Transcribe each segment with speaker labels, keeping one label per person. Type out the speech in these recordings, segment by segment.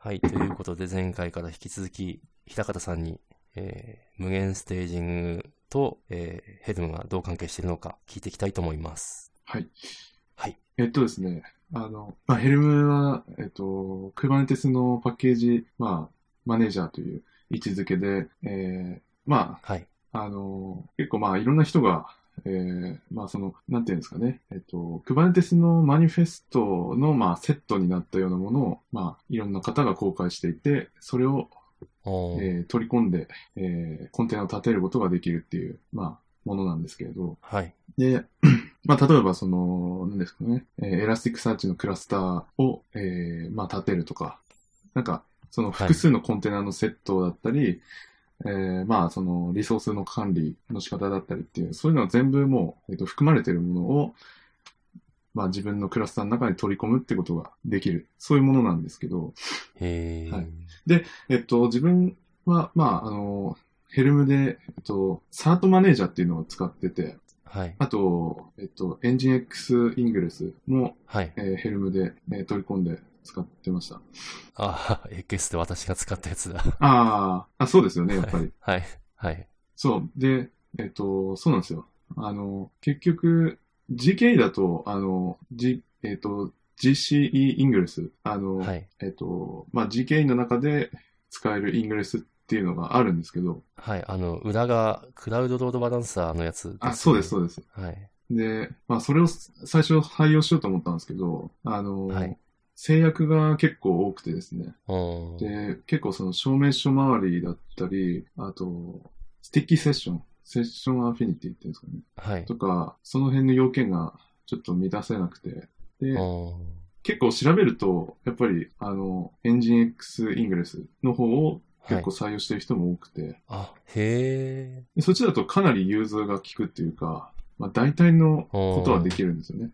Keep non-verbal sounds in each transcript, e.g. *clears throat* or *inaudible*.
Speaker 1: はい、ということで前回から引き続き、平方さんに、えー、無限ステージングと、えー、ヘルムがどう関係しているのか聞いていきたいと思います。
Speaker 2: はい。
Speaker 1: はい。
Speaker 2: えっとですね、あの、まあ、ヘルムは、えっと、Kubernetes のパッケージ、まあ、マネージャーという位置づけで、えー、ま
Speaker 1: はい。
Speaker 2: あ、あの、結構まあ、いろんな人が、えー、まあ、その、なんていうんですかね、えっと、Kubernetes のマニフェストの、まあ、セットになったようなものを、まあ、いろんな方が公開していて、それを、
Speaker 1: おー
Speaker 2: えー取り込んで、えー、コンテナを立てることができるっていう、まあ、ものなんですけれど、
Speaker 1: はい。
Speaker 2: で、 *clears throat* まあ、例えば、その、何ですかね、えーエラスティックサーチのクラスターを、えーまあ、立てるとか、なんか、その
Speaker 1: はい
Speaker 2: 複数のコンテナのセットだったり、えーまあ、その、リソースの管理の仕方だったりっていう、そういうのは全部もう、えっと含まれてるものを、まあ、自分のクラスターの中に取り込むってことができる。そういうものなんですけど、
Speaker 1: えー、
Speaker 2: はいえっと、自分は、まあ、あの、ヘルムで、えっと、サートマネージャーっていうのを使ってて、
Speaker 1: はい。
Speaker 2: あと、えっと、エンジン X イングレスも、
Speaker 1: はい。
Speaker 2: えーヘルムで、えー取り込んで使ってました。
Speaker 1: あー、X *laughs* で私が使ったやつだ。 *laughs*
Speaker 2: あーあ、そうですよね、やっぱり。
Speaker 1: はい。はい。
Speaker 2: そう。で、えっと、そうなんですよ。あの、結局、GK だと、あの、G、えっと、GCE イングレス、あの、
Speaker 1: はい。
Speaker 2: えっと、まあ、GK の中で使えるイングレスっていうのがあるんですけど、
Speaker 1: はい。あの、裏が、クラウドロードバランサーのやつ、
Speaker 2: あ、そうです、そううです。
Speaker 1: です。はい。
Speaker 2: で、まあ、それを最初採用しようと思ったんですけど、あの、
Speaker 1: はい
Speaker 2: 制約が結構多くてですね。
Speaker 1: おー
Speaker 2: で、結構その証明書周りだったり、あと、スティッキーセッション、セッションアフィニティっていうんですかね。
Speaker 1: はい。
Speaker 2: とか、その辺の要件がちょっと満たせなくて。で、
Speaker 1: おー
Speaker 2: 結構調べると、やっぱり、あの、エンジン X イングレスの方を
Speaker 1: は
Speaker 2: 結
Speaker 1: い
Speaker 2: 構。採用してる人も多くて、
Speaker 1: あ、へ
Speaker 2: でそっちだとかなり融通が効くっていうか、まあ大体
Speaker 1: ー。
Speaker 2: の
Speaker 1: こ
Speaker 2: ことはできるんですよね。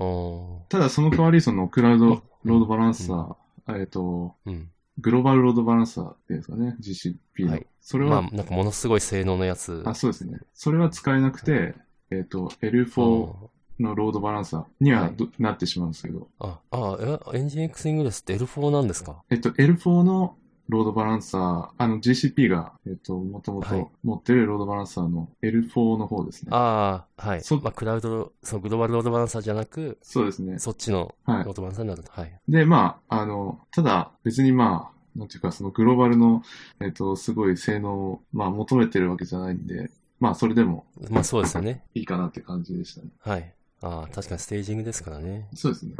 Speaker 1: お
Speaker 2: ただその代わり、そのクラウドロードバランサー、えっと、
Speaker 1: ーうん。
Speaker 2: グローバルロードバランサーっていうんですかね、GCP の。
Speaker 1: はい
Speaker 2: それは
Speaker 1: まあ、なんかものすごい性能のやつ。
Speaker 2: あ、そうですね。それは使えなくて、えっ、と、L4
Speaker 1: おー
Speaker 2: のロードバランサーには
Speaker 1: はい
Speaker 2: どなってしまうんですけど、
Speaker 1: あ、あ、えエンジン X イングレスって L4 なんですか
Speaker 2: えっと、L4 のロードバランサー、あの GCP が、えっと、もとも
Speaker 1: はい
Speaker 2: と持ってるロードバランサーの L4 の方ですね。
Speaker 1: ああ、はい。
Speaker 2: そ
Speaker 1: まあ、クラウド、そのグローバルロードバランサーじゃなく、
Speaker 2: そうですね。
Speaker 1: そっちの
Speaker 2: は
Speaker 1: ロ
Speaker 2: い
Speaker 1: ー。ドバランサーになると。はい。
Speaker 2: で、まあ、あの、ただ、別にまあ、なんていうか、そのグローバルの、えっと、すごい性能を、まあ、求めてるわけじゃないんで、まあ、それでも
Speaker 1: まあ、そうですよね。
Speaker 2: いいかなって感じでしたね。
Speaker 1: はい。ああ、確かにステージングですからね。
Speaker 2: そうですね。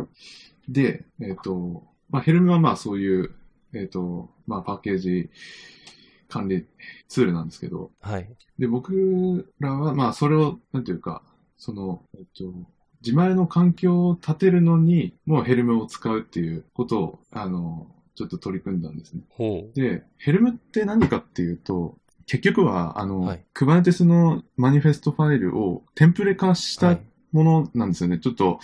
Speaker 2: で、えっ、と、まあ、ヘルムはまあそういう、えっ、と、まあパッケージ管理ツールなんですけど、
Speaker 1: はい。
Speaker 2: で、僕らはまあそれを、なんていうか、その、えっ、と、自前の環境を立てるのに、もうヘルムを使うっていうことを、あの、ちょっと取り組んだんですね。
Speaker 1: ほ
Speaker 2: で、ヘルムって何かっていうと、結局は、あの、
Speaker 1: はい
Speaker 2: Kubernetes のマニフェストファイルをテンプレ化し
Speaker 1: う。は
Speaker 2: た
Speaker 1: い。
Speaker 2: ものなんですよね。ちょっと、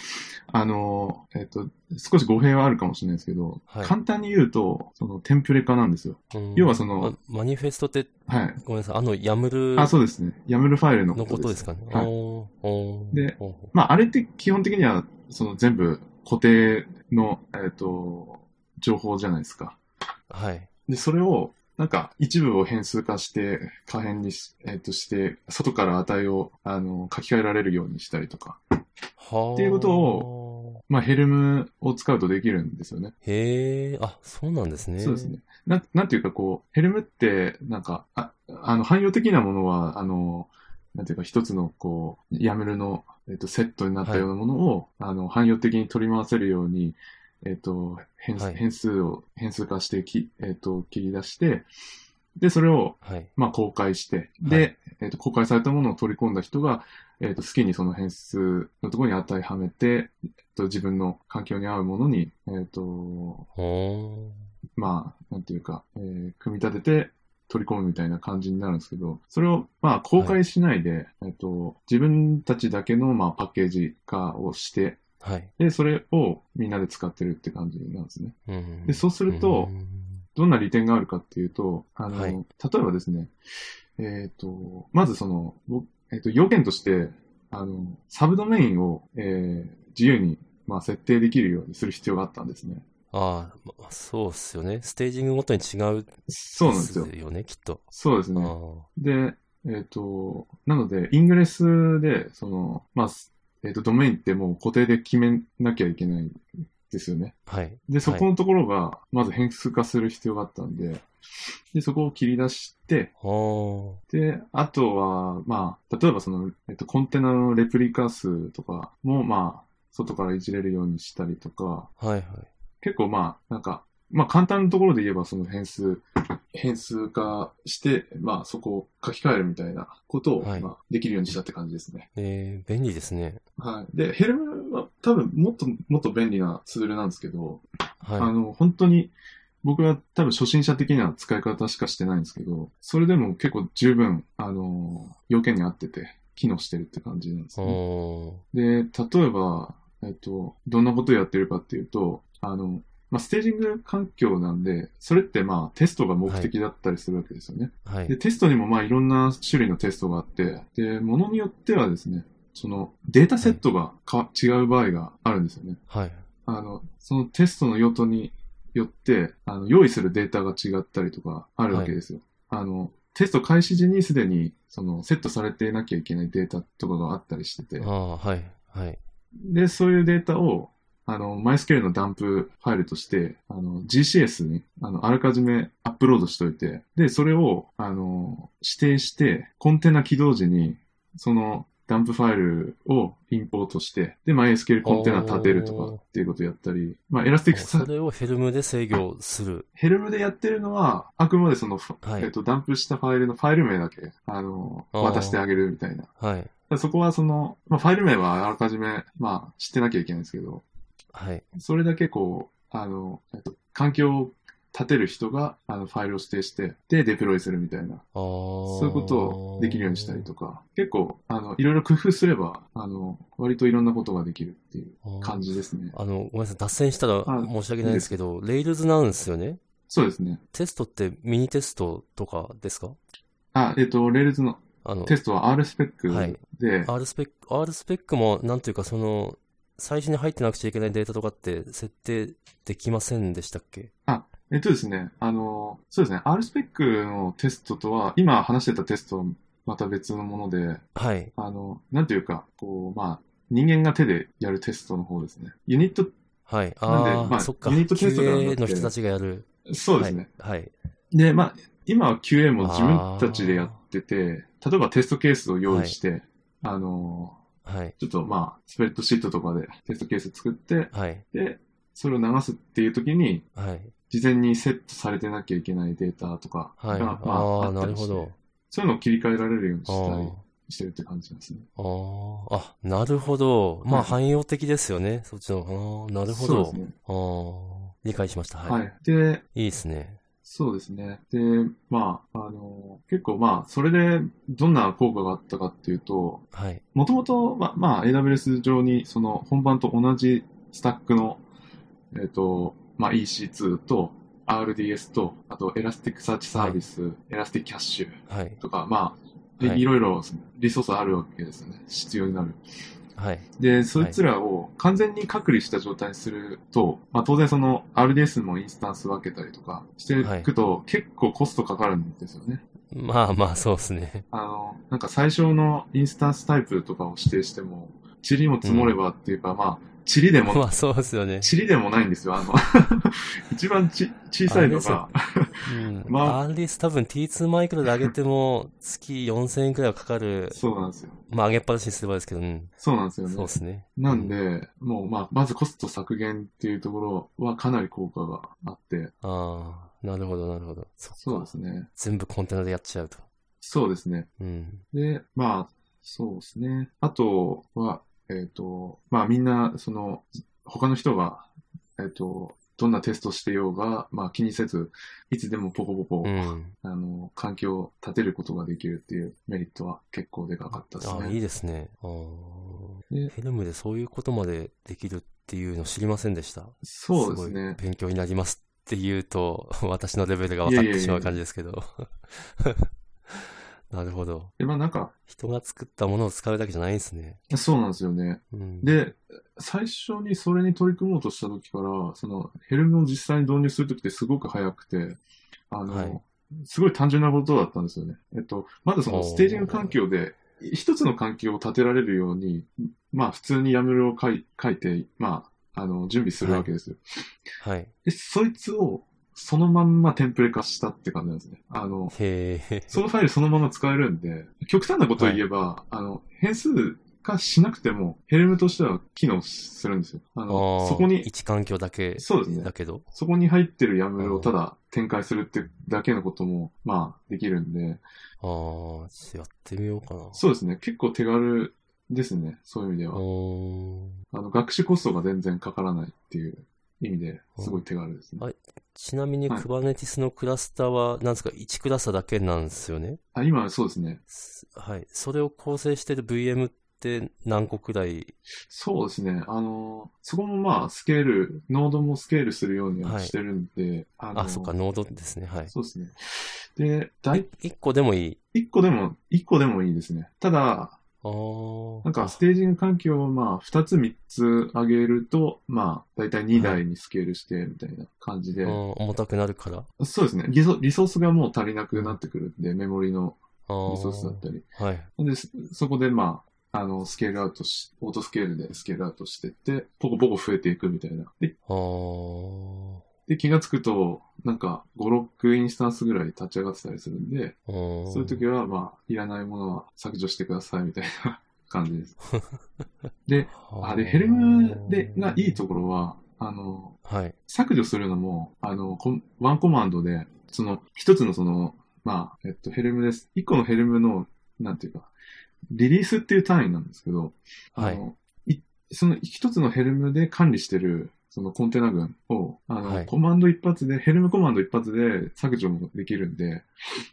Speaker 2: あの、えっと、少し語弊はあるかもしれないですけど、
Speaker 1: はい
Speaker 2: 簡単に言うと、そのテンプレ化なんですよ。
Speaker 1: うん
Speaker 2: 要はその
Speaker 1: まマニフェストって、
Speaker 2: はい。
Speaker 1: ごめんなさい、あの、ヤムル
Speaker 2: あ、そうですね。YAML ファイルの
Speaker 1: の
Speaker 2: こ
Speaker 1: ことと
Speaker 2: で。
Speaker 1: ですすかね。
Speaker 2: はい
Speaker 1: おーおー
Speaker 2: で
Speaker 1: ほうほ
Speaker 2: まあ、あれって基本的には、その全部固定の、えっと、情報じゃないですか。
Speaker 1: うはい。
Speaker 2: で、それを、なんか、一部を変数化して、可変にし、えっと、して、外から値を、あの、書き換えられるようにしたりとか。
Speaker 1: はあ。
Speaker 2: っていうこと
Speaker 1: を。
Speaker 2: まあ、ヘルムを使うとできるんですよね。
Speaker 1: へえ、あ、そうなんですね。
Speaker 2: そうですね。。なん、なんていうかこう、ヘルムって、なんか、あ、あの、汎用的なものは、あの、なんていうか一つのこう、ヤムルの、えっと、セットになったようなものを、あの、汎用的に取り回せるように、えっと、変数、
Speaker 1: はい
Speaker 2: 変数を、変数化してき、えっと、切り出して、で、それを、
Speaker 1: はい。
Speaker 2: まあ、公開して、で、
Speaker 1: はい
Speaker 2: えっと、公開されたものを取り込んだ人が、えっと、好きにその変数のところに値はめて、えっと、自分の環境に合うものに、えっと、
Speaker 1: おー
Speaker 2: まあ、なんていうか、えー組み立てて取り込むみたいな感じになるんですけど、それを、まあ、公開しないで、えっと、自分たちだけの、まあ、パッケージ化をして、
Speaker 1: はい。
Speaker 2: で、それをみんなで使ってるって感じなんですね。
Speaker 1: うん
Speaker 2: で、そうすると、
Speaker 1: うん
Speaker 2: どんな利点があるかっていうと、あの、
Speaker 1: はい
Speaker 2: 例えばですね、えっ、と、まずその、ぼえっ、と、要件として、あの、サブドメインを、えー自由に、まあ、設定できるようにする必要があったんですね。
Speaker 1: ああ、まそうっすよね。ステージングごとに違う
Speaker 2: そうなんですよ。
Speaker 1: よね、きっと。
Speaker 2: そうです
Speaker 1: あ
Speaker 2: ね。
Speaker 1: あ
Speaker 2: で、えっ、と、なので、イングレスで、その、まあ、えっ、と、ドメインってもう固定で決めなきゃいけないんですよね。
Speaker 1: はい。
Speaker 2: で、そこのところが、まず変数化する必要があったんで、で、そこを切り出して、
Speaker 1: あー
Speaker 2: で、あとは、まあ、例えばその、えっと、コンテナのレプリカ数とかも、まあ、外からいじれるようにしたりとか、
Speaker 1: はいはい。
Speaker 2: 結構まあ、なんか、まあ簡単なところで言えばその変数、変数化して、まあそこを書き換えるみたいなことを、
Speaker 1: はい
Speaker 2: まあできるようにしたって感じですね。
Speaker 1: えー、便利ですね。
Speaker 2: はい。で、ヘルムは多分もっともっと便利なツールなんですけど、あ
Speaker 1: は
Speaker 2: の、本当に僕は多分初心者的な使い方しかしてないんですけど、それでも結構十分、あの、要件に合ってて、機能してるって感じなんで
Speaker 1: い。
Speaker 2: す
Speaker 1: お
Speaker 2: ね。
Speaker 1: お
Speaker 2: で、例えば、えっと、どんなことをやってるかっていうと、あの、まあ、ステージング環境なんで、それってまあテストが目的だったりするわけですよね。
Speaker 1: ーはい
Speaker 2: で、。テストにもまあいろんな種類のテストがあって、で、ものによってはですね、そのデータセットがか違う場合があるんですよね。
Speaker 1: はい。
Speaker 2: あの、そのテストの用途によって、あの、用意するデータが違ったりとかあるわけですよ。あの、テスト開始時にすでに、その、セットされてなきゃいけないデータとかがあったりしてて
Speaker 1: あ、あ、はい。はい。
Speaker 2: で、そういうデータを、あの、MySQL のダンプファイルとして、あの、GCS に、あの、あらかじめアップロードしといて、で、それを、あの、指定して、コンテナ起動時に、その、ダンプファイルをインポートして、で、MySQL コンテナ立てると
Speaker 1: お
Speaker 2: か
Speaker 1: ー
Speaker 2: っていうことをやったり、まあ、エラスティックサ
Speaker 1: それをヘルムで制御する。
Speaker 2: ヘルムでやってるのは、あくまでその、ふ
Speaker 1: はい
Speaker 2: えっと、ダンプしたファイルのファイル名だけ、あの、
Speaker 1: あー
Speaker 2: 渡してあげるみたいな。
Speaker 1: はい。
Speaker 2: そこはその、まあ、ファイル名はあらかじめ、まあ、知ってなきゃいけないんですけど、
Speaker 1: はい。
Speaker 2: それだけこう、あの、えっと、環境を立てる人が、あの、ファイルを指定して、で、デプロイするみたいな、
Speaker 1: ああ。
Speaker 2: そういうことをできるようにしたりと
Speaker 1: か
Speaker 2: か、結構、あの、いろいろ工夫すれば、あの、割といろんなことができるっていう感じですね。
Speaker 1: あの、ごめんなさい。脱線したら
Speaker 2: あ
Speaker 1: 申し訳ないんですけど、レイルズなんですよね。
Speaker 2: そうですね。
Speaker 1: テストってミニテストとかですか
Speaker 2: あ、えっと、レールズの
Speaker 1: あの、
Speaker 2: テストは R スペック
Speaker 1: はい
Speaker 2: で、
Speaker 1: R スペック、R スペックも、なんていうか、その、最初に入ってなくちゃいけないデータとかって設定できませんでしたっけ
Speaker 2: えっとですね、あの、そうですね、R スペックのテストとは、今話してたテストはまた別のもので、
Speaker 1: はい。
Speaker 2: あの、なんていうか、こう、まあ、人間が手でやるテストの方ですね。ユニット、
Speaker 1: はい。
Speaker 2: なんで
Speaker 1: ああ、
Speaker 2: まあ
Speaker 1: そっか。
Speaker 2: ユニットテストではなくて
Speaker 1: QA の人たちがやる。
Speaker 2: そうですね。
Speaker 1: はい。はい。
Speaker 2: で、まあ、今は QA も自分たちでやってて、例えばテストケースを用意して、あの、
Speaker 1: はい。
Speaker 2: ちょっとまあ、スプレッドシートとかでテストケース作って、
Speaker 1: はい。
Speaker 2: で、それを流すっていう時に、
Speaker 1: はい。
Speaker 2: 事前にセットされてなきゃいけないデータとかが、
Speaker 1: はい。
Speaker 2: まあ、
Speaker 1: ああ、
Speaker 2: あった
Speaker 1: なる
Speaker 2: り
Speaker 1: ほ
Speaker 2: して、
Speaker 1: ど。
Speaker 2: そういうのを切り替えられるように
Speaker 1: あ
Speaker 2: したり
Speaker 1: ー
Speaker 2: してるって感じなんですね。
Speaker 1: あー。あ、なるほど。まあ、
Speaker 2: は
Speaker 1: 汎用的ですよね。そっちの。ああ、なるほ
Speaker 2: そう
Speaker 1: ど。
Speaker 2: ですね。
Speaker 1: ああ、理解しました。
Speaker 2: は。
Speaker 1: はい
Speaker 2: で、
Speaker 1: い。いいですね。
Speaker 2: そうですね。で、まあ、あの、結構まあ、それでどんな効果があったかっていうと、
Speaker 1: はい。
Speaker 2: もともと、ま、まあ、AWS 上に、その、本番と同じスタックの、えっ、と、まあ、EC2 と、RDS と、あと、エラスティックサーチサービス、エラスティックキャッシュ
Speaker 1: はい。
Speaker 2: とか、まあ、
Speaker 1: はい
Speaker 2: い、ろいろリソースあるわけですよね。必要になる。
Speaker 1: はい。
Speaker 2: で、そいつらを完全に隔離した状態にすると、まあ、当然その RDS もインスタンス分けたりとかしていくと、結構コストかかるんですよね。
Speaker 1: まあまあ、そうですね。
Speaker 2: あの、なんか最初のインスタンスタイプとかを指定しても、塵も積もればっていうか、まあ、塵で
Speaker 1: *laughs*
Speaker 2: も、
Speaker 1: まあ、そうですよね。
Speaker 2: 塵でもないんですよ。あの、 *laughs* 一番ち小さいのが、
Speaker 1: うん。
Speaker 2: まあ
Speaker 1: RDS 多分 T2 マイクロで上げて *laughs* も、月4000円くらいはかかる。
Speaker 2: そうなんですよ。
Speaker 1: まあ、上げっぱなしにすればですけど、うん。
Speaker 2: そうなんですよ
Speaker 1: そう
Speaker 2: ね
Speaker 1: で。すね。
Speaker 2: なんで、もうまあ、まずコスト削減っていうところはかなり効果があって、
Speaker 1: ああ、なるほど、なるほど。そっか
Speaker 2: そうですね。
Speaker 1: 全部コンテナでやっちゃうと。
Speaker 2: そうですね。
Speaker 1: うん。
Speaker 2: で、まあ、そうですね。あとは、えっ、と、まあみんな、その、他の人が、えっ、と、どんなテストしてようが、まあ気にせず、いつでもポコポコ、
Speaker 1: うん。
Speaker 2: あの、環境を立てることができるっていうメリットは結構でかかったです
Speaker 1: ああ、い
Speaker 2: ね。
Speaker 1: いですね。あ
Speaker 2: で
Speaker 1: ーヘルムでそういうことまでできるっていうの知りませんでした。
Speaker 2: そうですね
Speaker 1: ごい。勉強になります *laughs* って言うと、私のレベルが分かってしまう感じですけど。 *laughs* なるほど。
Speaker 2: で、まあなんか、
Speaker 1: 人が作ったものを使うだけじゃないんですね。
Speaker 2: そうなんですよね。
Speaker 1: うん、
Speaker 2: で、最初にそれに取り組もうとした時から、そのヘルムを実際に導入する時ってすごく早くて、あの、
Speaker 1: はい
Speaker 2: すごい単純なことだったんですよね。えっと、まずそ
Speaker 1: お
Speaker 2: の
Speaker 1: ー
Speaker 2: ステージング環境で、一つの環境を立てられるように、まあ普通にヤムルを書い書いて、まあ、あの、準備するわけですよ。
Speaker 1: はい。
Speaker 2: で、そいつをそのまんまテンプレ化したって感じなんですね。あの、
Speaker 1: へえ。
Speaker 2: そのファイルそのまま使えるんで、極端なことを言えば、あの、変数化しなくても、ヘルムとしては機能するんですよ。あ
Speaker 1: あ
Speaker 2: の、
Speaker 1: ー
Speaker 2: そこに、
Speaker 1: 一環境だけ、
Speaker 2: そうですね
Speaker 1: だ。けど。
Speaker 2: そこに入ってるヤムル
Speaker 1: う
Speaker 2: を
Speaker 1: ん
Speaker 2: ただ展開するってだけのことも、まあ、できるんで、
Speaker 1: ああ、ちょっとやってみようかな。
Speaker 2: そうですね。結構手軽ですね。そういう意味では。
Speaker 1: おー
Speaker 2: あの、学習コストが全然かからないっていう意味で、すごい手軽ですね
Speaker 1: うん。ちなみに
Speaker 2: はい
Speaker 1: Kubernetes のクラスターは、なんですか、1クラスターだけなんですよね。
Speaker 2: あ今、そうですね。
Speaker 1: すはい。それを構成してる VM って何個くらい
Speaker 2: そうですね。あの、そこもまあ、スケール、ノードもスケールするようにはしてるんで、あの
Speaker 1: あ、そっか、ノードですね。はい。
Speaker 2: そうですね。で、だい、
Speaker 1: 1個でもいい。
Speaker 2: 一個でも、一個でもいいですね。ただ、
Speaker 1: ああ。
Speaker 2: なんかステージング環境をまあ、二つ三つ上げると、まあ、だいたい二台にスケールして、みたいな感じで、
Speaker 1: うん重たくなるから。あ
Speaker 2: そうですねリソ。リソースがもう足りなくなってくるんで、メモリの
Speaker 1: あ。
Speaker 2: リソースだったり。
Speaker 1: はい。
Speaker 2: なんで、そそこでまあ、あの、スケールアウトし、オートスケールでスケールアウトしてって、ポコポコ増えていくみたいな。で、
Speaker 1: ああ。
Speaker 2: で気がつくと、なんか、5、6インスタンスぐらい立ち上がってたりするんで、
Speaker 1: そ
Speaker 2: そういう時は、まあ、いらないものは削除してくださいみたいな感じです。あで、ヘルムでがいいところは、あの、
Speaker 1: はい。
Speaker 2: 削除するのも、あの、コンワンコマンドで、その、一つのその、まあ、えっと、ヘルムです。一個のヘルムの、なんていうか、リリースっていう単位なんですけど、あの、いその一つのヘルムで管理してる、そのコンテナ群を、あの、
Speaker 1: はい
Speaker 2: コマンド一発で、ヘルムコマンド一発で削除もできるんで、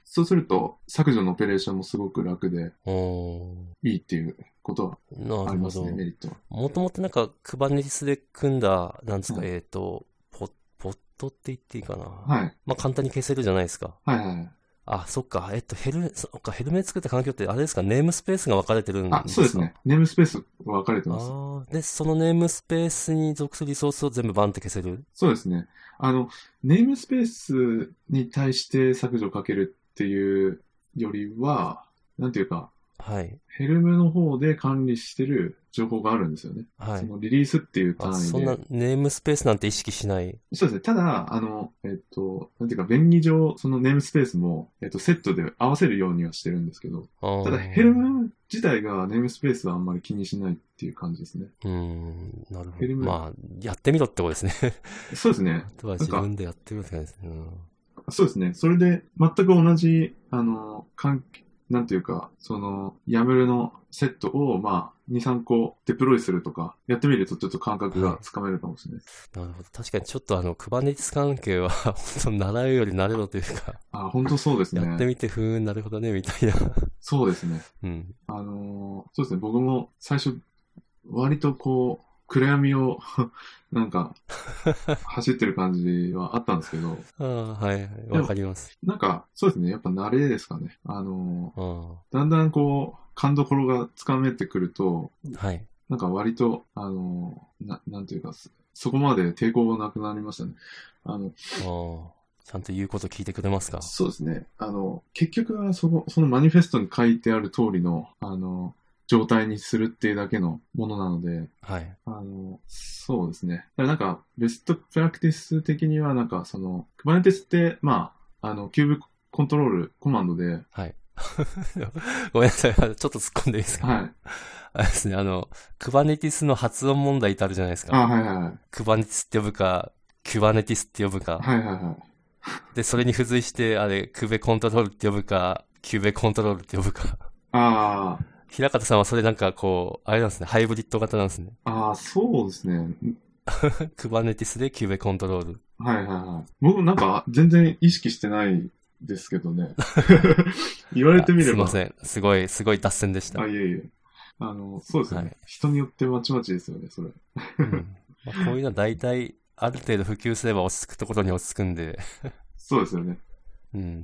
Speaker 2: そうすると削除のオペレーションもすごく楽で、
Speaker 1: お
Speaker 2: いいっていうこと
Speaker 1: ーな
Speaker 2: はあ
Speaker 1: る
Speaker 2: り
Speaker 1: ほ
Speaker 2: ます
Speaker 1: ど
Speaker 2: ね、。メリットは。
Speaker 1: もともとなんか、クバネティスで組んだ、なんですか、
Speaker 2: うん
Speaker 1: えっと、ポッ、ポットって言っていいかな。
Speaker 2: はい。
Speaker 1: まあ、簡単に消せるじゃないですか。
Speaker 2: はいはいはい。
Speaker 1: あ、そっか。えっと、ヘル、そっか、ヘルメ作った環境って、あれですか、ネームスペースが分かれてるんですか
Speaker 2: あ、そうですね。。ネームスペース分かれて
Speaker 1: あ
Speaker 2: ます。
Speaker 1: ーで、そのネームスペースに属するリソースを全部バンって消せる
Speaker 2: そうですね。あの、ネームスペースに対して削除かけるっていうよりは、なんていうか、
Speaker 1: はい。
Speaker 2: ヘルムの方で管理してる情報があるんですよね。
Speaker 1: は
Speaker 2: そ
Speaker 1: い。
Speaker 2: のリリースっていう単
Speaker 1: あ、
Speaker 2: 位
Speaker 1: そん
Speaker 2: で
Speaker 1: な。、ネームスペースなんて意識しない。
Speaker 2: そうですね。ただ、あの、えっと、なんていうか、便宜上、そのネームスペースも、えっと、セットで合わせるようにはしてるんですけど、
Speaker 1: あー
Speaker 2: ただ、ヘルム自体がネームスペースはあんまり気にしないっていう感じですね。
Speaker 1: うーん、なるほ
Speaker 2: ヘ
Speaker 1: ど。
Speaker 2: ルム
Speaker 1: まあ、やってみろってことですね。 *laughs*
Speaker 2: そうですね。
Speaker 1: あとは自分でやってみろって感じですね。うん
Speaker 2: そうですね。それで、全く同じ、あの、関係、なんていうか、その、ヤムルのセットを、まあ、2、3個デプロイするとか、やってみるとちょっと感覚がつかめるかもしれないです。
Speaker 1: なるほど。確かにちょっとあの、クバネティス関係は、 *laughs* 本当習うより慣れろというか、
Speaker 2: あ、本当そうです
Speaker 1: やって
Speaker 2: ね。
Speaker 1: みて、ふーん、なるほどね、みたいな。
Speaker 2: そうですね。
Speaker 1: うん。
Speaker 2: あのーそうですね、僕も最初、割とこう、暗闇を、 *laughs* なんか、走ってる感じはあったんですけど、
Speaker 1: ああ、はい、はいわかります。
Speaker 2: なんか、そうですね、やっぱ慣れですかね。あの
Speaker 1: うん。
Speaker 2: ーだんだんこう、勘どころがつかめてくると、
Speaker 1: はい。
Speaker 2: なんか割と、あのーな、なんていうか、そそこまで抵抗がなくなりましたね。あの、
Speaker 1: あーちゃんと言うこと聞いてくれますか
Speaker 2: そうですね。あの、結局はそこ、そのマニフェストに書いてある通りの、あの、状態にするっていうだけのものなので、
Speaker 1: はい。
Speaker 2: あの、そうですね。だからなんか、ベストプラクティス的には、なんか、その、Kubernetes って、まあ、あの、キューブコントロールコマンドで、
Speaker 1: はい。ごめんなさい。ちょっと突っ込んでいいですか
Speaker 2: はい。
Speaker 1: あれですね、あの、クバネティスの発音問題ってあるじゃないです
Speaker 2: あ、
Speaker 1: か。
Speaker 2: はいはいはい。
Speaker 1: クバネティスって呼ぶか、キュバネティスって呼ぶか。
Speaker 2: はいはいはい。
Speaker 1: で、それに付随して、あれ、クベコントロールって呼ぶか、キュベコントロールって呼ぶか。
Speaker 2: あー
Speaker 1: 平方さんはそれなんかこう、あれなんですね、ハイブリッド型なんですね。
Speaker 2: あー、そうですね。
Speaker 1: クバネティスでキュベコントロール。
Speaker 2: はいはいはい。僕なんか、全然意識してないですけど
Speaker 1: *laughs*
Speaker 2: ね。言われてみれば。
Speaker 1: あすいません。すごい、すごい脱線でした。
Speaker 2: あ、いえいえ。あの、そうですね。
Speaker 1: はい
Speaker 2: 人によってまちまちですよね、それ。
Speaker 1: うんまあこういうのは大体、ある程度普及すれば落ち着くところに落ち着くんで、
Speaker 2: そうですよね。
Speaker 1: うん。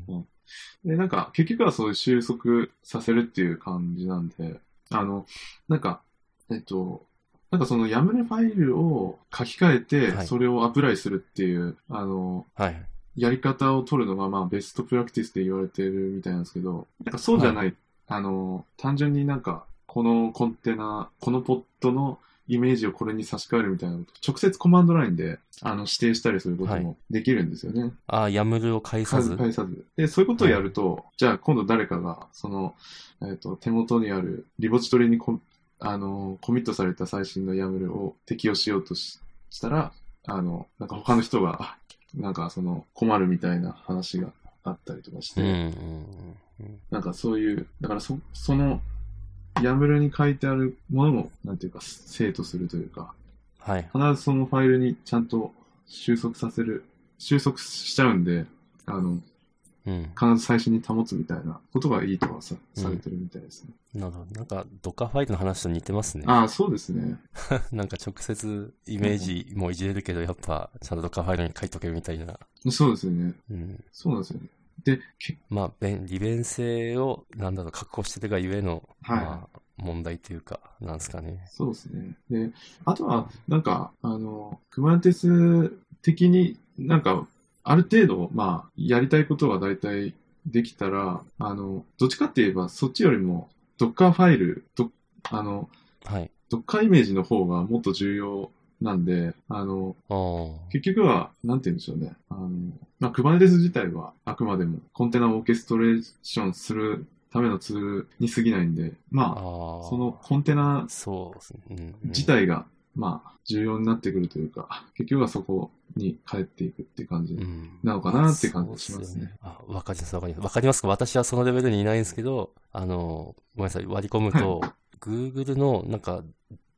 Speaker 2: で、なんか、結局はそういう収束させるっていう感じなんで、あの、なんか、えっと、なんかそのやむれファイルを書き換え
Speaker 1: は
Speaker 2: て、
Speaker 1: い
Speaker 2: それをアプライするっていう、あの、
Speaker 1: はい。
Speaker 2: やり方を取るのが、まあ、ベストプラクティスで言われてるみたいなんですけど、なんかそうじゃない、あの、単純になんか、このコンテナ、このポットのイメージをこれに差し替えるみたいなこと、直接コマンドラインで、あの、指定したりすること
Speaker 1: は
Speaker 2: もできるんですよね。
Speaker 1: ああ、やむるを返さ
Speaker 2: 数
Speaker 1: ず。
Speaker 2: 返さず。で、そういうことをやると、じゃあ今度誰かが、その、えっ、と、手元にあるリボジトリにコ、あの、コミットされた最新のヤムルを適用しようとししたら、あの、なんか他の人が、 *laughs* あなんかその、困るみたいな話があったりとかし
Speaker 1: う
Speaker 2: て、
Speaker 1: んうんうん。
Speaker 2: なんかそういう、だからそ、その、ヤムルに書いてあるものも、なんていうか、生徒するというか、
Speaker 1: はい。
Speaker 2: 必ずそのファイルにちゃんと収束させる、収束しちゃうんで、あの、
Speaker 1: うん。
Speaker 2: 必ず最初に保つみたいなことがいいとはさされてるみたいですね。
Speaker 1: なるほど。なんか、ドカファイルの話と似てますね。
Speaker 2: ああ、そうですね。
Speaker 1: なんか直接イメージもいじれるけど、やっぱ、ちゃんとドカファイルに書いとけみたいな。
Speaker 2: そうですよね。
Speaker 1: うん。
Speaker 2: そうなんですよね。で、け
Speaker 1: まあ、便利便性を、なんだろう、確保してるがゆえの、
Speaker 2: はい
Speaker 1: まあ、問題というか、なんですかね。
Speaker 2: そうですね。で、あとは、なんか、あの、クマンテス的になんか、ある程度、まあ、やりたいことが大体できたら、あの、どっちかって言えば、そっちよりも、Docker ファイル、どあの、
Speaker 1: はい。
Speaker 2: Docker イメージの方がもっと重要なんで、あの、
Speaker 1: あー
Speaker 2: 結局は、なんて言うんでしょうね。あの、まあ、Kubernetes 自体はあくまでもコンテナをオーケストレーションするためのツールに過ぎないんで、
Speaker 1: あ
Speaker 2: まあ、
Speaker 1: ー。
Speaker 2: その、コンテナ
Speaker 1: そうですね。うんうん
Speaker 2: 自体が、まあ、重要になってくるというか、結局はそこに帰っていくっていう感じ
Speaker 1: うん。
Speaker 2: なのかなって感じし
Speaker 1: そう
Speaker 2: ま
Speaker 1: っ
Speaker 2: す
Speaker 1: す
Speaker 2: ね
Speaker 1: よ。。あ、わかります、わかります。わかりますか私はそのレベルにいないんですけど、あの、ごめんなさい、割り込むと、Google の、なんか、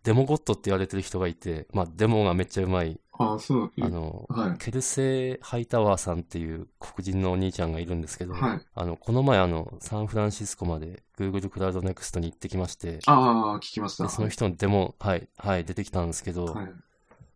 Speaker 1: デモゴットって言われてる人がいて、まあ、デモがめっちゃうまい、
Speaker 2: ああ、そう、
Speaker 1: あの、
Speaker 2: はい。
Speaker 1: ケルセイ・ハイタワーさんっていう黒人のお兄ちゃんがいるんですけど、
Speaker 2: はい。
Speaker 1: あの、この前あの、サンフランシスコまで Google クラウドネクストに行ってきまして、
Speaker 2: ああ、聞きました。
Speaker 1: でその人のデモ、はい、はい、出てきたんですけど、
Speaker 2: はい。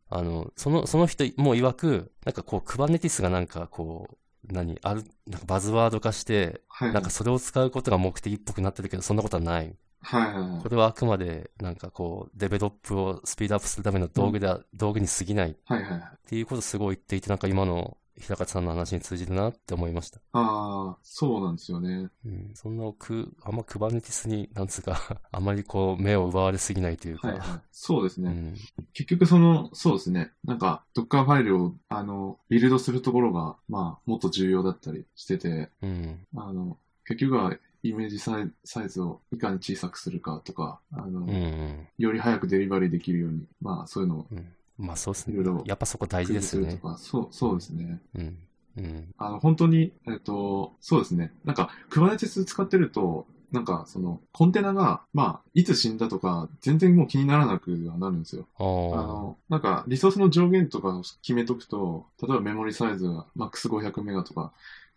Speaker 1: あの、その、その人も曰く、なんかこう、クバネティスがなんかこう、何、ある、なんかバズワード化して、
Speaker 2: はい。
Speaker 1: なんかそれを使うことが目的っぽくなってるけど、そんなことはない。
Speaker 2: はいはいはい
Speaker 1: これはあくまで、なんかこう、デベロップをスピードアップするための道具だ、道具に過ぎないっ
Speaker 2: はいはいはい。
Speaker 1: ていうことをすごい言っていて、なんか今の平方さんの話に通じるなって思いました。
Speaker 2: ああ、そうなんですよね。
Speaker 1: うん、そんなく、あんまクバネティスに、なんつうか、 *laughs* あまりこう、目を奪われすぎないというか、
Speaker 2: はいはい。そうです
Speaker 1: う
Speaker 2: ね。
Speaker 1: ん、
Speaker 2: 結局その、そうですね。なんか、Docker ファイルを、あの、ビルドするところが、まあ、もっと重要だったりしてて、
Speaker 1: うん、
Speaker 2: あの、結局は、イメージサイサイズをいかに小さくするかとか、あの、
Speaker 1: うん、うん。
Speaker 2: より早くデリバリーできるように、まあ、そういうのを
Speaker 1: うんまあそうです
Speaker 2: いろい
Speaker 1: ね
Speaker 2: ろ。
Speaker 1: やっぱそこ大事ですよ
Speaker 2: 工夫
Speaker 1: ね
Speaker 2: と。か、そう、そうですね。
Speaker 1: うん。うん。
Speaker 2: あの、本当に、えっと、そうですね。なんか、Kubernetes 使ってると、なんか、その、コンテナが、まあ、いつ死んだとか、全然もう気にならなくはなるんですよ。
Speaker 1: ああ。
Speaker 2: あの、なんか、リソースの上限とかを決めとくと、例えばメモリサイズがマックス500メガとか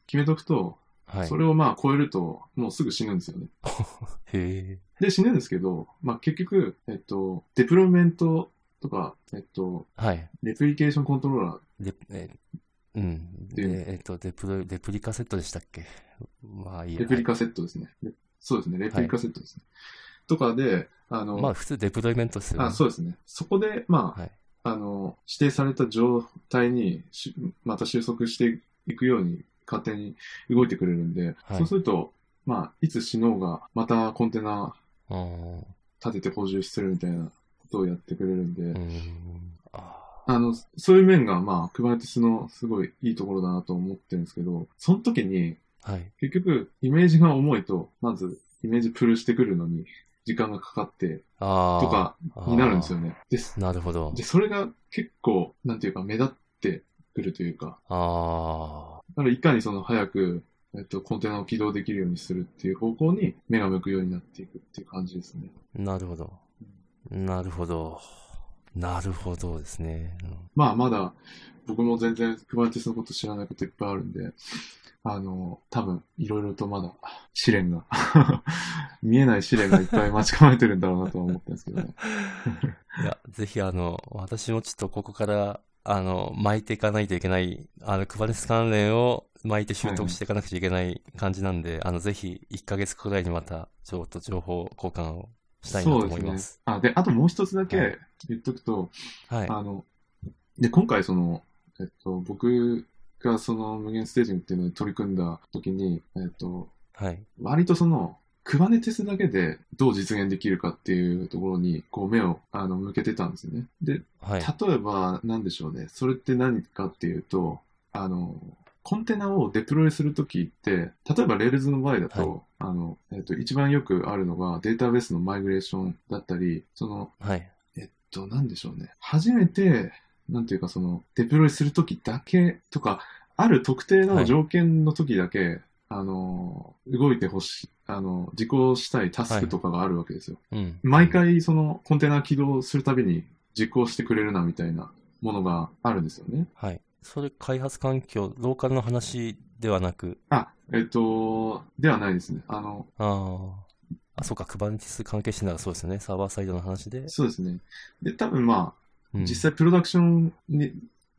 Speaker 2: 決めとくと、
Speaker 1: はい
Speaker 2: そ。れをまあ超えると、もうすぐ死ぬんですよね。
Speaker 1: へえ。
Speaker 2: で、死ぬんですけど、まあ結局、えっと、デプロイメントとか、えっと、
Speaker 1: はい。
Speaker 2: レプリケーションコントローラー、
Speaker 1: で、え、うん。
Speaker 2: で
Speaker 1: で、えっと、デプロ、デプリカセットでしたっけまあいいや。
Speaker 2: レプリカセットですね。レそうですね、レプリカセットですね。とかで、あの、
Speaker 1: はいまあ普通デプロイメントですよね。
Speaker 2: あそうですね。そこで、まあ、
Speaker 1: はい
Speaker 2: あの、指定された状態にしまた収束していくように勝手に動いてくれるんで、
Speaker 1: はい
Speaker 2: そうすると、まあ、いつ死のうが、またコンテナ
Speaker 1: あー
Speaker 2: 立てて補充するみたいなことをやってくれるんで、
Speaker 1: うん。あ
Speaker 2: あの、そういう面が、まあ、Kubernetes のすごいいいところだなと思ってるんですけど、その時に、
Speaker 1: ーはい。
Speaker 2: 結局、イメージが重いと、まず、イメージプルしてくるのに、時間がかかって、
Speaker 1: ああ。
Speaker 2: とか、になるんですよね。です
Speaker 1: あー。なるほど
Speaker 2: で、。それが結構、なんていうか、目立ってくるというか、
Speaker 1: あ
Speaker 2: だからいかにその早く、えっと、コンテナを起動できるようにするっていう方向に目が向くようになっていくっていう感じですね。
Speaker 1: あ。なるほど。なるほど。なるほどですね。うん
Speaker 2: まあ、まだ、僕も全然、クバネティスのこと知らないこといっぱいあるんで、あの、多分、いろいろとまだ、試練が、 *laughs* 見えない試練がいっぱい待ち構えてるんだろうなとは思ってるんですけどね。
Speaker 1: いや、ぜひあの、私もちょっとここから、あの、巻いていかないといけない、あの、クバネス関連を、巻いて習得していかなくちゃいけない感じなんで、あの、ぜひ、1ヶ月くらいにまた、ちょっと情報交換を *laughs* したいなと
Speaker 2: そう
Speaker 1: 思い
Speaker 2: で
Speaker 1: ますす。
Speaker 2: ね。あ、で、あともう一つだ
Speaker 1: は
Speaker 2: け
Speaker 1: い
Speaker 2: 言っとくと、
Speaker 1: はい。
Speaker 2: あの、で、今回その、えっと、僕がその無限ステージングっていうのに取り組んだ時に、えっと、
Speaker 1: はい。
Speaker 2: 割とその、クバネテスだけでどう実現できるかっていうところに、こう目をあの向けてたんですよね。で、
Speaker 1: はい。
Speaker 2: 例えば、なんでしょうね。それって何かっていうと、あの、コンテナをデプロイするときって、例えば Rails の場合だと、
Speaker 1: はい
Speaker 2: あの、えっ、と、一番よくあるのがデータベースのマイグレーションだったり、その、
Speaker 1: はい。
Speaker 2: えっと、なんでしょうね。初めて、なんていうかその、デプロイするときだけとか、ある特定
Speaker 1: は
Speaker 2: の
Speaker 1: い
Speaker 2: 条件のときだけ、あの、動いてほしい、あの、実行したいタスクとかがあるわけですよ。
Speaker 1: うん。
Speaker 2: 毎回そのコンテナ起動するたびに実行してくれるなみたいなものがあるんですよね。
Speaker 1: はい。それ、開発環境、ローカルの話ではなく、
Speaker 2: あ、えっと、ではないですね。あの、
Speaker 1: ああ、あ、そうか、クバネティス関係してならそうですよね。サーバーサイドの話で。
Speaker 2: そうですね。で、多分まあ、
Speaker 1: うん
Speaker 2: 実際プロダクションに、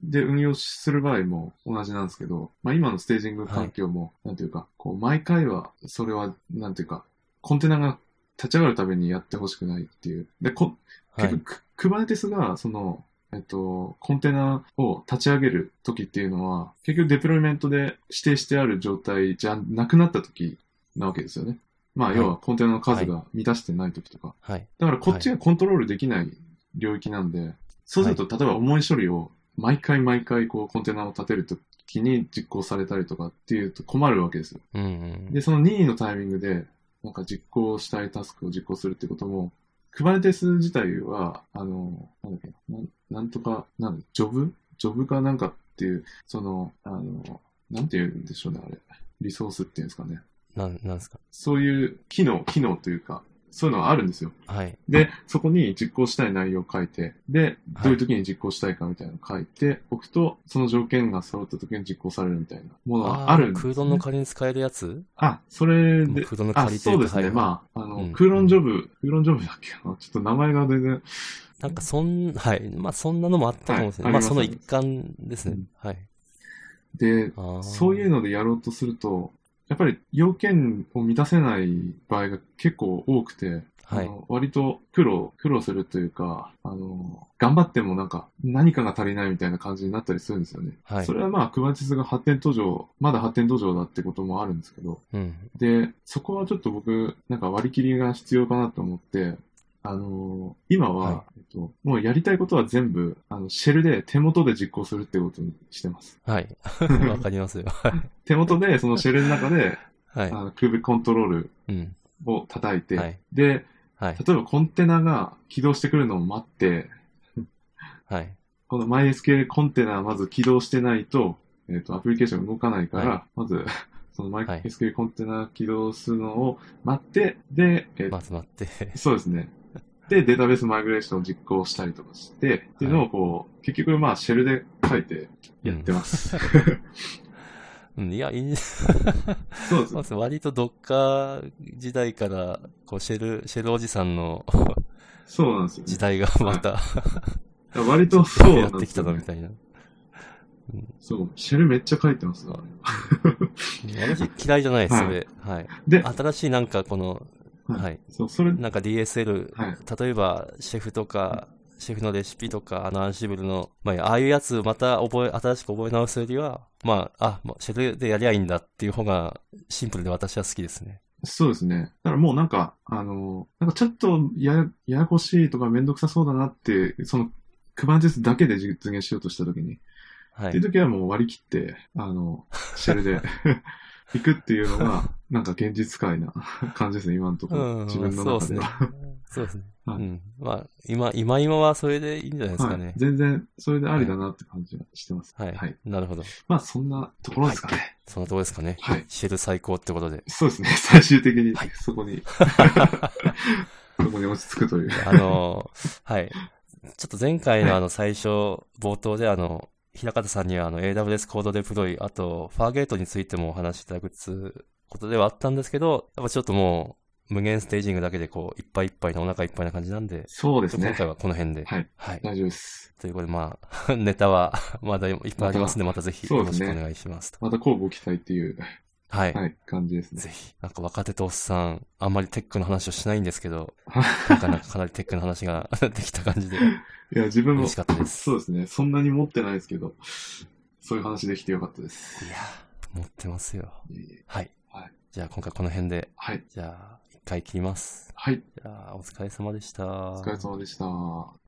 Speaker 2: で運用する場合も同じなんですけど、まあ今のステージング環境も、なんていうか、こう、毎回は、それは、なんていうか、コンテナが立ち上がるためにやってほしくないっていう。で、こ
Speaker 1: は
Speaker 2: 結
Speaker 1: い。
Speaker 2: 局、クバネテスが、その、えっと、コンテナを立ち上げる時っていうのは、結局デプロイメントで指定してある状態じゃなくなった時なわけですよね。まあ、
Speaker 1: はい
Speaker 2: 要はコンテナの数が満たしてない時とか。
Speaker 1: はい。
Speaker 2: だからこっちがコントロールできない領域なんで、そうすると、例えば重い処理を毎回毎回こうコンテナを立てる時に実行されたりとかっていうと困るわけですよ
Speaker 1: うんうん。
Speaker 2: で、その任意のタイミングで、なんか実行したいタスクを実行するってことも、Kubernetes 自体は、あの、なんだっけな、なんなんとか、なんだ、ジョブジョブかなんかっていう、その、あの、なんて言うんでしょうね、あれ。リソースっていうんですかね。
Speaker 1: なん、なんですか。
Speaker 2: そういう機能、機能というか、そういうのはあるんですよ。
Speaker 1: はい。
Speaker 2: で、そこに実行したい内容を書いて、で、
Speaker 1: はい
Speaker 2: どういう時に実行したいかみたいなのを書いておくと、その条件が揃った時に実行されるみたいなものはあるんです、
Speaker 1: 空
Speaker 2: ね。
Speaker 1: 洞の代わりに使えるやつ
Speaker 2: あ、それ
Speaker 1: まあ
Speaker 2: で、
Speaker 1: 空洞の代
Speaker 2: あ、
Speaker 1: わりとい
Speaker 2: そうう
Speaker 1: か
Speaker 2: ですね。
Speaker 1: はい
Speaker 2: まあ、あの、
Speaker 1: うん
Speaker 2: 空論ジョブ、空論ジョブだっけなちょっと名前が全然、
Speaker 1: なんか、そん、はい。まあ、そんなのもあったかもしれない。まあ、
Speaker 2: はいあります
Speaker 1: その一環ですね。はい。
Speaker 2: で、
Speaker 1: あー
Speaker 2: そういうのでやろうとすると、やっぱり要件を満たせない場合が結構多くて、
Speaker 1: はい
Speaker 2: あの割と苦労、苦労するというか、あの、頑張ってもなんか何かが足りないみたいな感じになったりするんですよね。
Speaker 1: はい
Speaker 2: そ。れはまあ、クバティスが発展途上、まだ発展途上だってこともあるんですけど、
Speaker 1: うん。
Speaker 2: で、そこはちょっと僕、なんか割り切りが必要かなと思って、あのー今は、
Speaker 1: は
Speaker 2: えっと、もうやりたいことは全部、あの、シェルで手元で実行するってことにしてます。
Speaker 1: はい。
Speaker 2: *laughs*
Speaker 1: わかりますよ。はい
Speaker 2: 手元で、そのシェルの中で、
Speaker 1: *laughs* はい
Speaker 2: あ。の、クーブコントロール
Speaker 1: うん。
Speaker 2: を叩いて、
Speaker 1: はい。
Speaker 2: で、
Speaker 1: はい。
Speaker 2: 例えばコンテナが起動してくるのを待って、
Speaker 1: はい。
Speaker 2: この MySQL コンテナはまず起動してないと、えっ、と、アプリケーションが動かないから、
Speaker 1: は
Speaker 2: まず、 *laughs* その
Speaker 1: はい
Speaker 2: MySQL コンテナ起動するのを待って、で、えっ、と
Speaker 1: まず待って。
Speaker 2: そうですね。で、データベースマイグレーションを実行したりとかして、っていうのをこう、結局まあシェルで書いてやってます。
Speaker 1: うん、いや、いいん
Speaker 2: *laughs* そう
Speaker 1: *laughs*
Speaker 2: です
Speaker 1: ま。ず割とドッカー時代から、こう、シェル、シェルおじさんの
Speaker 2: そうなんですよ、ね
Speaker 1: 時。代がまた、
Speaker 2: だから割とそうな
Speaker 1: や
Speaker 2: ん
Speaker 1: って
Speaker 2: で
Speaker 1: き
Speaker 2: す
Speaker 1: た
Speaker 2: よ、
Speaker 1: ぞみ
Speaker 2: ね。
Speaker 1: たいな。
Speaker 2: そう、シェルめっちゃ書いてますわ。
Speaker 1: 私嫌いじゃないです、それ。はい。
Speaker 2: で、
Speaker 1: 新しいなんかこの、
Speaker 2: はい
Speaker 1: はい。
Speaker 2: そう、それ、
Speaker 1: なんか DSL、
Speaker 2: はい。
Speaker 1: 例えばシェフとか、シェフのレシピとか、あのアンシブルの、まあ、ああいうやつまた覚え、新しく覚え直すよりは、まあ、あ、もうシェルでやりゃいいんだっていう方がシンプルで私は好きですね。
Speaker 2: そうですね。だからもうなんか、あの、なんかちょっとやや、ややこしいとかめんどくさそうだなって、その、クバンテスだけで実現しようとしたときに、
Speaker 1: は
Speaker 2: っ
Speaker 1: い
Speaker 2: ていう。時はもう割り切って、あの、シェルで *laughs* 行くっていうのが、なんか現実界な感じですね、今のところ。
Speaker 1: うん
Speaker 2: 自分の
Speaker 1: そうです
Speaker 2: 中 *laughs*
Speaker 1: ね
Speaker 2: では。。
Speaker 1: そうですね。う
Speaker 2: はい
Speaker 1: ん。まあ、今、今今はそれでいいんじゃないですか
Speaker 2: はい
Speaker 1: ね。
Speaker 2: 全然、それでありだなって感じがしてます。
Speaker 1: はい。なるほど。
Speaker 2: まあ、そんなところですかね。
Speaker 1: そのとこですかね。
Speaker 2: はい。
Speaker 1: シェル最高ってことで。
Speaker 2: そうですね、 *laughs* 最終的に
Speaker 1: はい、
Speaker 2: そこに、 *laughs* そこに落ち着くという。
Speaker 1: あ
Speaker 2: *laughs*
Speaker 1: の、はい。ちょっと前回のあの最初、冒頭であの、平方さんにはあの AWS コードデプロイ、あと、ファーゲートについてもお話しいただくつことではあったんですけど、やっぱちょっともう、無限ステージングだけでこう、いっぱいいっぱいのお腹いっぱいな感じなんで、
Speaker 2: そうです
Speaker 1: 今
Speaker 2: ね。
Speaker 1: 回はこの辺で。
Speaker 2: はい。
Speaker 1: はい。
Speaker 2: 大丈夫です。
Speaker 1: ということで、まあ、 *laughs* ネタはまだいっぱいありますんで、またぜひ
Speaker 2: そ
Speaker 1: よ
Speaker 2: う
Speaker 1: ろ
Speaker 2: で
Speaker 1: し
Speaker 2: す
Speaker 1: く
Speaker 2: ね
Speaker 1: お願いしますと。
Speaker 2: また交互期待っていう、
Speaker 1: はい。
Speaker 2: はい、感じですね。
Speaker 1: ぜひ、なんか若手とおっさん、あんまりテックの話をしないんですけ
Speaker 2: *laughs*
Speaker 1: ど、
Speaker 2: は
Speaker 1: なんかなんかかなりテックの話が *laughs* できた感じで、
Speaker 2: いや、自分
Speaker 1: 嬉
Speaker 2: も
Speaker 1: し、かったです。
Speaker 2: そうですね。そんなに持ってないですけど、そういう話できてよかったです。
Speaker 1: いやー、持ってますよ。
Speaker 2: いえいえ
Speaker 1: はい。
Speaker 2: はい
Speaker 1: じゃあ今回この辺で、
Speaker 2: はい。
Speaker 1: じゃあ一回切ります。
Speaker 2: はい。
Speaker 1: じゃあお疲れ様でした。
Speaker 2: お疲れ様でした。